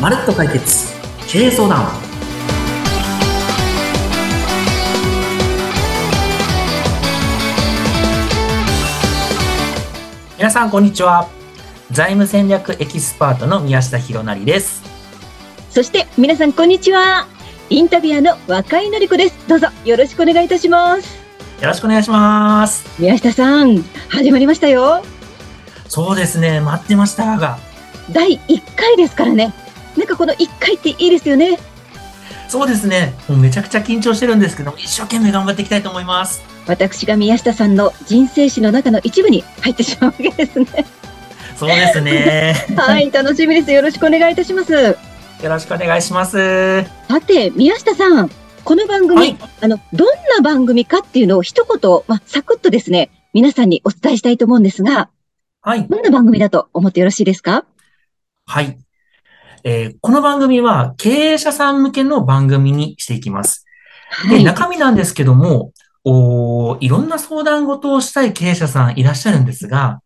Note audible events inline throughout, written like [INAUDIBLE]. まるっと解決経営相談皆さんこんにちは財務戦略エキスパートの宮下博成ですそして皆さんこんにちは。インタビュアーの若井のり子です。どうぞよろしくお願いいたします。よろしくお願いします宮下さん、始まりましたよ。そうですね待ってましたが第1回ですからね。なんかこの1回っていいですよね。そうですねもうめちゃくちゃ緊張してるんですけども一生懸命頑張っていきたいと思います私が宮下さんの人生史の中の一部に入ってしまうわけで [LAUGHS] すね。そうですね [LAUGHS] はい、楽しみです。よろしくお願いいたします。よろしくお願いしますさて、宮下さん、この番組、はいあの、どんな番組かっていうのを一言、まあ、サクッとですね、皆さんにお伝えしたいと思うんですが、はいどんな番組だと思ってよろしいですかはい。えーこの番組は経営者さん向けの番組にしていきます。はで、中身なんですけども、おーいろんな相談事をしたい経営者さんいらっしゃるんですが、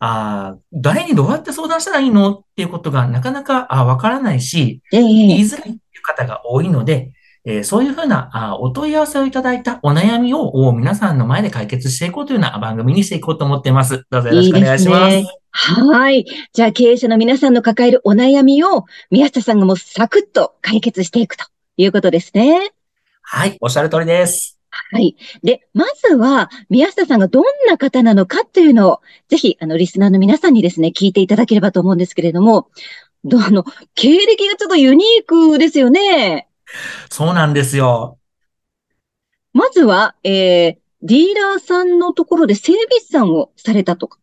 あー誰にどうやって相談したらいいのっていうことがなかなかあーわからないし、え言いえづらいっていう方が多いので、えーそういうふうなあーお問い合わせをいただいたお悩みをお皆さんの前で解決していこうというような番組にしていこうと思っています。どうぞよろしくお願いします。いいですはい。じゃあ、経営者の皆さんの抱えるお悩みを、宮下さんがもうサクッと解決していくということですね。はい、おっしゃる通りです。はい。で、まずは、宮下さんがどんな方なのかっていうのを、ぜひ、あの、リスナーの皆さんにですね、聞いていただければと思うんですけれども、どあの、経歴がちょっとユニークですよね。そうなんですよ。まずは、えー、ディーラーさんのところで整備士さんをされたとか。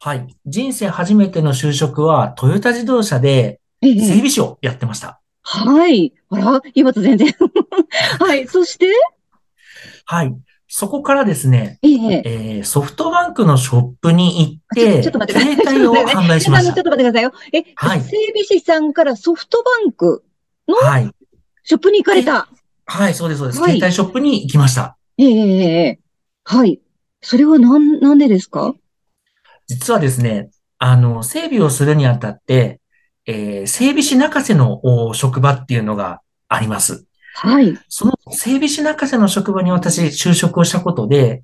はい。人生初めての就職は、トヨタ自動車でえ整え備士をやってました。はい。あら、今と全然。 [LAUGHS] はい。そして、はい。そこからですね、えええーソフトバンクのショップに行って、あちょちょっと待ってください携帯を販売しまあしの、ちたょっ。と待ってくださいよ。え、はい整備士さんからソフトバンクはい。ショップに行かれた。はい、そうです、そうです。はい携帯ショップに行きました。ええええええはい。それはなん、なんでですか実はですね、あの、整備をするにあたって、えー整備士泣かせのお職場っていうのがあります。はい。その整備士泣かせの職場に私就職をしたことで、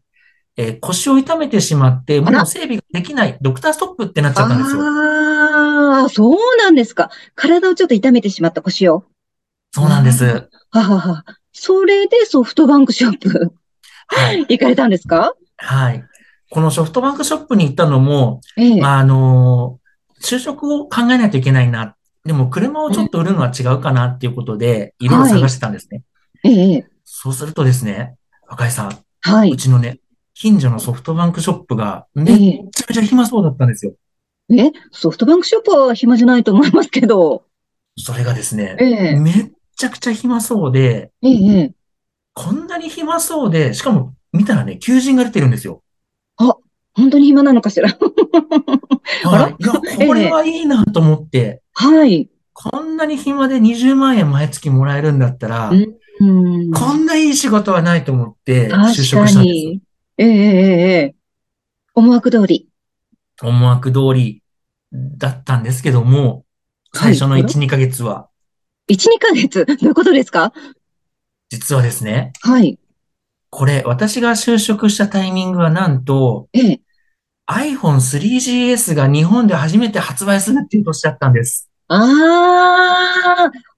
えー腰を痛めてしまって、もあらう整備ができない、ドクターストップってなっちゃったんですよ。ああ、そうなんですか。体をちょっと痛めてしまった腰を。そうなんです。ははは。それでソフトバンクショップはい。行かれたんですかはい。このソフトバンクショップに行ったのも、ええまあ、あのー就職を考えないといけないな。でも、車をちょっと売るのは違うかなっていうことで、いろいろ探してたんですね。ええええそうするとですね、若井さん、はうい。ちのね、近所のソフトバンクショップが、えめっえちゃめちゃ暇そうだったんですよ。え、ソフトバンクショップは暇じゃないと思いますけど。それがですね、ええめっちゃくちゃ暇そうで、ええええこんなに暇そうで、しかも見たらね、求人が出てるんですよ。本当に暇なのかしら [LAUGHS] あらはいいや、これはいいなと思って、はい。こんなに暇で20万円毎月もらえるんだったら、んうん。こんないい仕事はないと思って就確職かしたんですよ。に。ええええええ。思惑通り。思惑通りだったんですけども、はい最初の1、2ヶ月は、 1、2ヶ月 [LAUGHS] どういうことですか実はですね、はい。これ私が就職したタイミングはなんとええ。 iPhone3GS が日本で初めて発売するっていう年だったんです。あー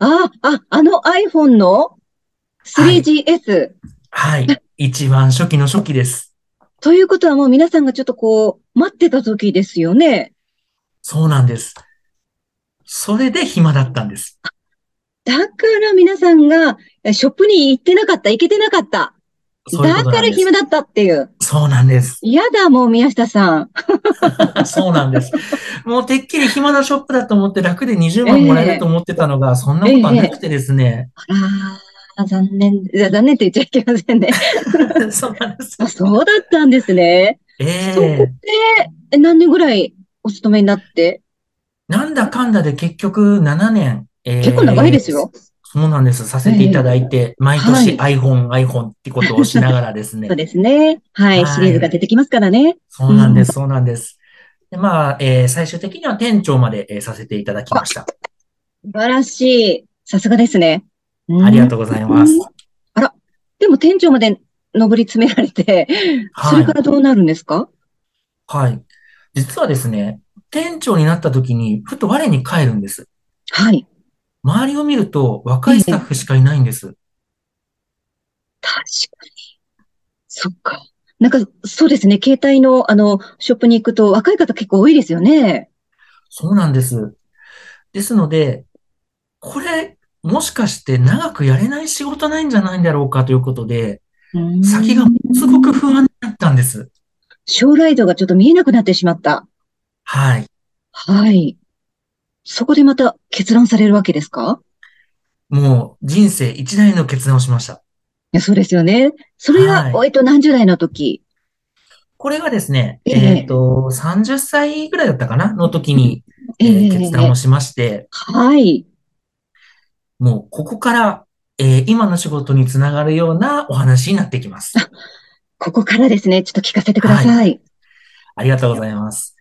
あ、あ、あの iPhone の 3GS、はい。一番初期の初期です。ということはもう皆さんがちょっとこう、待ってた時ですよね。そうなんです。それで暇だったんです。だから皆さんがえショップに行ってなかった、行けてなかった。そういうこだとかなんらです暇。だったっていう。そうなんです。やだ、もう宮下さん。そうなんです。もうてっきり暇なショップだと思って楽で20万もらえると思ってたのが、そんなことはなくてですね。あら、残念、じゃ残念って言っちゃいけませんね。 [LAUGHS] [LAUGHS] そうなんです。あ、そうだったんですね。えそこえで、え何年ぐらいお勤めになってなんだかんだで結局7年。ええ結構長いですよ。。そうなんです。させていただいて、毎年 iPhone、iPhone ってことをしながらですねそう。ですね。ははいい。シリーズが出てきますからね。そうなんです、そうなんです。で、まあ、えー最終的には店長まで、えーさせていただきました。素晴らしい。さすがですね。ありがとうございます。でも店長まで登り詰められて、そはれいか。らどうなるんですかはい。実はですね、店長になった時に、ふと我に返るんです。はい。周りを見ると、若いスタッフしかいないんです。確かに。そっか。なんか、そうですね。携帯の、あの、ショップに行くと若い方結構多いですよね。そうなんです。ですので、これ、もしかして長くやれない仕事ないんじゃないんだろうかということで、先がものすごく不安だったんです。将来像がちょっと見えなくなってしまった。はい。はい。そこでまた決断されるわけですかもう人生一大の決断をしました。いや、そうですよね。それが、はいおえっと、何十代の時。これがですね、えええっと、30歳ぐらいだったかなの時に、えー決断をしまして、はい。もうここから、えー今の仕事につながるようなお話になってきます。ここからですね、ちょっと聞かせてください。ありがとうございます。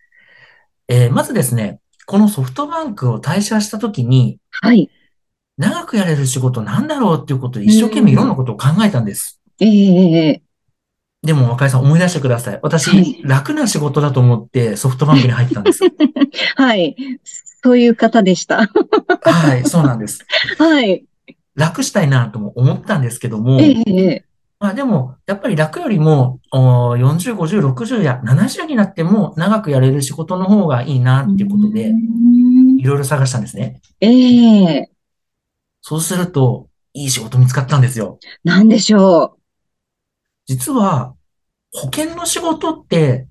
えーまずですね、このソフトバンクを退社した時に、はい。長くやれる仕事なんだろうっていうことで一生懸命いろんなことを考えたんです。ええでも若井さん思い出してください。は私い、楽な仕事だと思ってソフトバンクに入ったんです。はい。そういう方でした。はい、そうなんです。はい。楽したいなとも思ったんですけども、ええまあでも、やっぱり楽よりも、おー40、50、60や70になっても長くやれる仕事の方がいいなっていうことで、いろいろ探したんですね。ええそうすると、いい仕事見つかったんですよ。なんでしょ実は、保険の仕事って、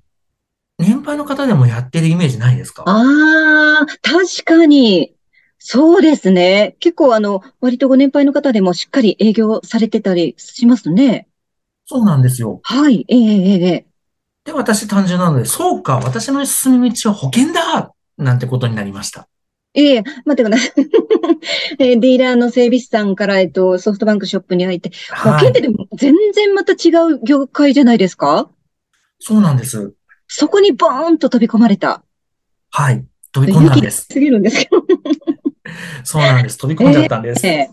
年配の方でもやってるイメージないですう。かああ、確かに。そうですね。結構、あの、割とご年配の方でもしっかり営業されてたりしますね。そうなんですよ。はい。ええええで、私単純なので、そうか、私の進み道は保険だなんてことになりました。ええ、待ってください。 [LAUGHS] えーディーラーの整備士さんから、えっと、ソフトバンクショップに入って、保は険ってい。でも全然また違う業界じゃないですかそうなんです。そこにボーンと飛び込まれた。はい。飛び込んだんです。すぎるんですけどそうなんです。飛び込んじゃったんです。ね。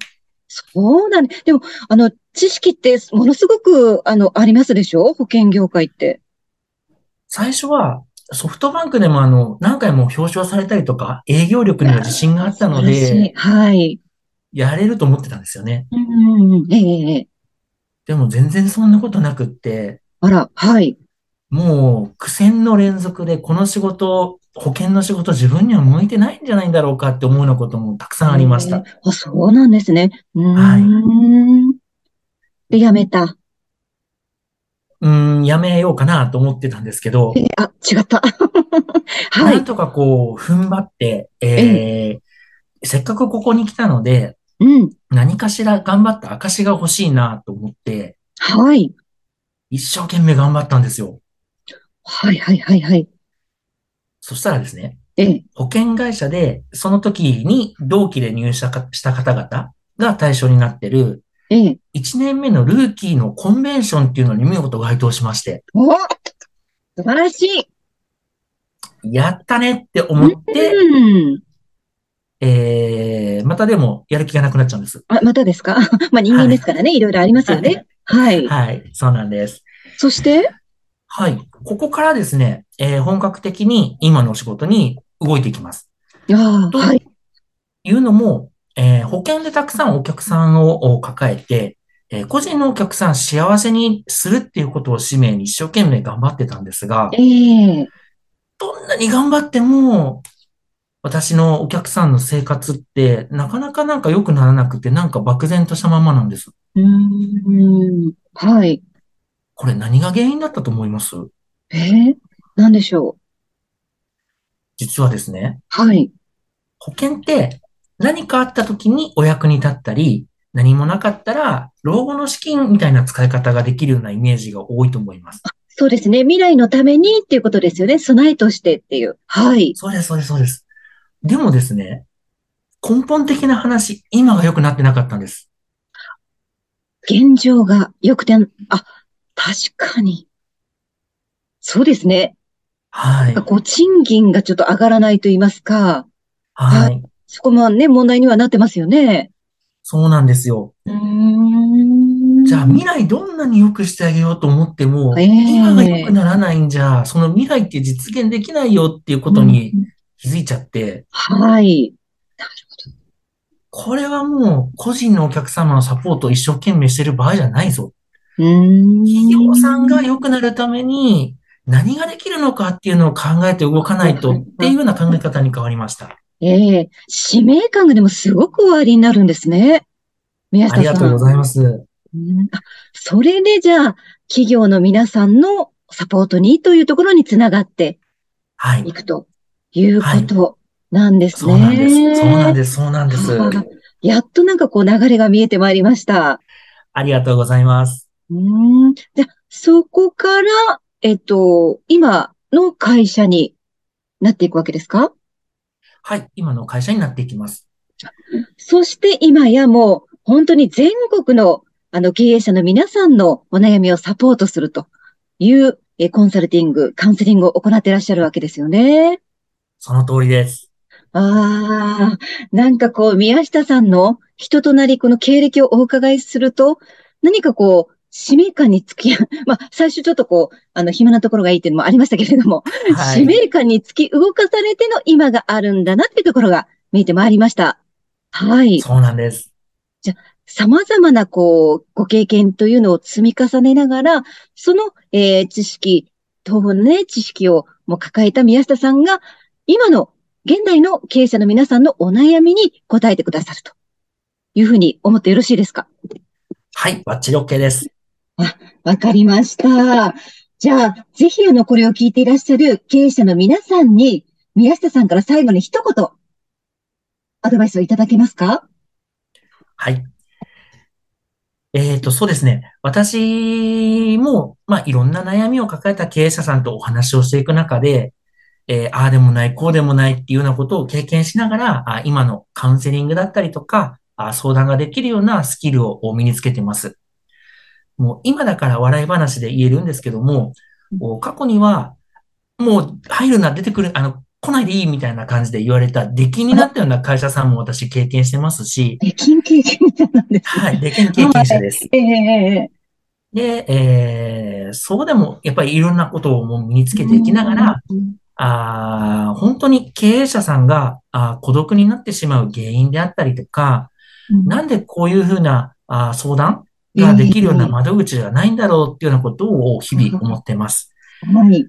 そうなんで、でも、あの、知識ってものすごく、あの、ありますでしょ保険業界って。最初は、ソフトバンクでもあの、何回も表彰されたりとか、営業力には自信があったの素晴らしいで、はい。やれると思ってたんですよね。うんうんうん、ええええでも全然そんなことなくって、あら、はい。もう苦戦の連続でこの仕事、保険の仕事自分には向いてないんじゃないんだろうかって思うようなこともたくさんありました。ええあ、そうなんですね。うはーん。で、やめた。うーん、やめようかなと思ってたんですけどえ、えあ、違った。 [LAUGHS] はなんい。とかこう踏ん張って、えー、せっかくここに来たので、うん。何かしら頑張った証が欲しいなと思って、はい。一生懸命頑張ったんですよ。はい、はい、はい、はい。そしたらですね、ええ。保険会社でその時に同期で入社かした方々が対象になってる、ええ。 1年目のルーキーのコンベンションっていうのに見事該当しまして、お素晴らしい。やったねって思って、うん。えー、またでもやる気がなくなっちゃうんです。あ、またですか [LAUGHS] まあ人間ですからね、いろいろありますよね。はい。はい、そうなんです。そして、はい、ここからですね、えー本格的に今のお仕事に動いていきます。ああ、とはい。いうのも、えー保険でたくさんお客さんをお抱えて、えー個人のお客さん幸せにするっていうことを使命に一生懸命頑張ってたんですが、ええどんなに頑張っても、私のお客さんの生活って、なかなかなんか良くならなくて、なんか漠然としたままなんです。うーん。はい。これ何が原因だったと思いますええなんでしょう。実はですね、はい。保険って何かあった時にお役に立ったり、何もなかったら、老後の資金みたいな使い方ができるようなイメージが多いと思います。そうですね。未来のためにっていうことですよね。備えとしてっていう。はい。そうです、そうです、そうです。でもですね、根本的な話、今が良くなってなかったんです。現状がよくて、あ、確かに。そうですね。はいなん。かこう、賃金がちょっと上がらないと言いますか、はい。そこもね、問題にはなってますよね。そうなんですよ。うーんじゃあ未来どんなに良くしてあげようと思っても、ええ今が良くならないんじゃ、その未来って実現できないよっていうことにうん気づいちゃって、はい。これはもう個人のお客様のサポートを一生懸命してる場合じゃないぞ。うーん。企業さんが良くなるために何ができるのかっていうのを考えて動かないとっていうような考え方に変わりました。ええ使命感がでもすごくおありになるんですね。宮あ下りさん。がとうございます。うんあそれでじゃあ、企業の皆さんのサポートにというところにつながってはいい。くということなんですそね。うなんです。そうなんです。そうなんです。やっとなんかこう流れが見えてまいりました。ありがとうございます。うん。じゃあ、そこから、えっと、今の会社になっていくわけですかはい。今の会社になっていきます。そして今やもう本当に全国のあの経営者の皆さんのお悩みをサポートするというえーコンサルティング、カウンセリングを行っていらっしゃるわけですよね。その通りです。ああ、なんかこう宮下さんの人となりこの経歴をお伺いすると何かこう使命感につき、 [LAUGHS] まあ最初ちょっとこうあの暇なところがいいっていうのもありましたけれども、は使い。命感につき動かされての今があるんだなっていうところが見えてまいりました。はい。そうなんです。様々なこう、ご経験というのを積み重ねながら、その、えー知識、当分のね、知識をもう抱えた宮下さんが、今の、現代の経営者の皆さんのお悩みに答えてくださるというふうに思ってよろしいですかはい。バッチリ OK です。わかりました。じゃあ、ぜひあの、これを聞いていらっしゃる経営者の皆さんに、宮下さんから最後に一言、アドバイスをいただけますかはい。えっと、そうですね。私も、まあ、いろんな悩みを抱えた経営者さんとお話をしていく中で、えーああでもない、こうでもないっていうようなことを経験しながら、あ今のカウンセリングだったりとか、あ相談ができるようなスキルを身につけてます。もう今だから笑い話で言えるんですけども、お過去には、もう入るな、出てくる、あの、来ないでいいみたいな感じで言われた、出禁になったような会社さんも私経験してますし、え、金経験者なんですね。はい、で、経経験者 [LAUGHS] です。ええええで、えー、そうでも、やっぱりいろんなことをもう身につけていきながら、うん、あー本当に経営者さんがあー孤独になってしまう原因であったりとか、なんでこういうふうなあー相談ができるような窓口がないんだろうっていうようなことを日々思ってます。はい。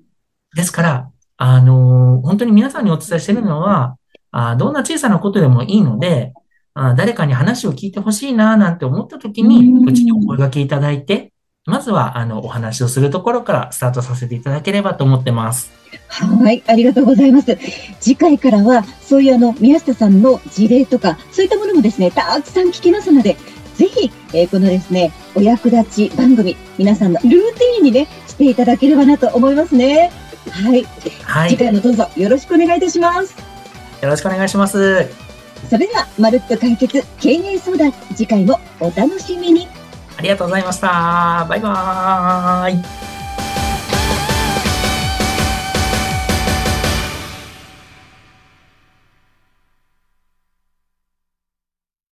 ですから、あのー本当に皆さんにお伝えしているのは、あーどんな小さなことでもいいので、あー誰かに話を聞いてほしいな、なんて思った時うにん、うちにお声掛けいただいて、まずは、あの、お話をするところからスタートさせていただければと思ってます。はい。ありがとうございます。次回からは、そういうあの、宮下さんの事例とか、そういったものもですね、たくさん聞きますので、ぜひ、えーこのですね、お役立ち番組、皆さんのルーティンにね、していただければなと思いますね。はい。は次い。よ回もどうぞよろしくお願いいたします。ろしくお願いします。それでは、まるっと解決経営相談、次回もお楽しみに。ありがとうございました。バイバーイ。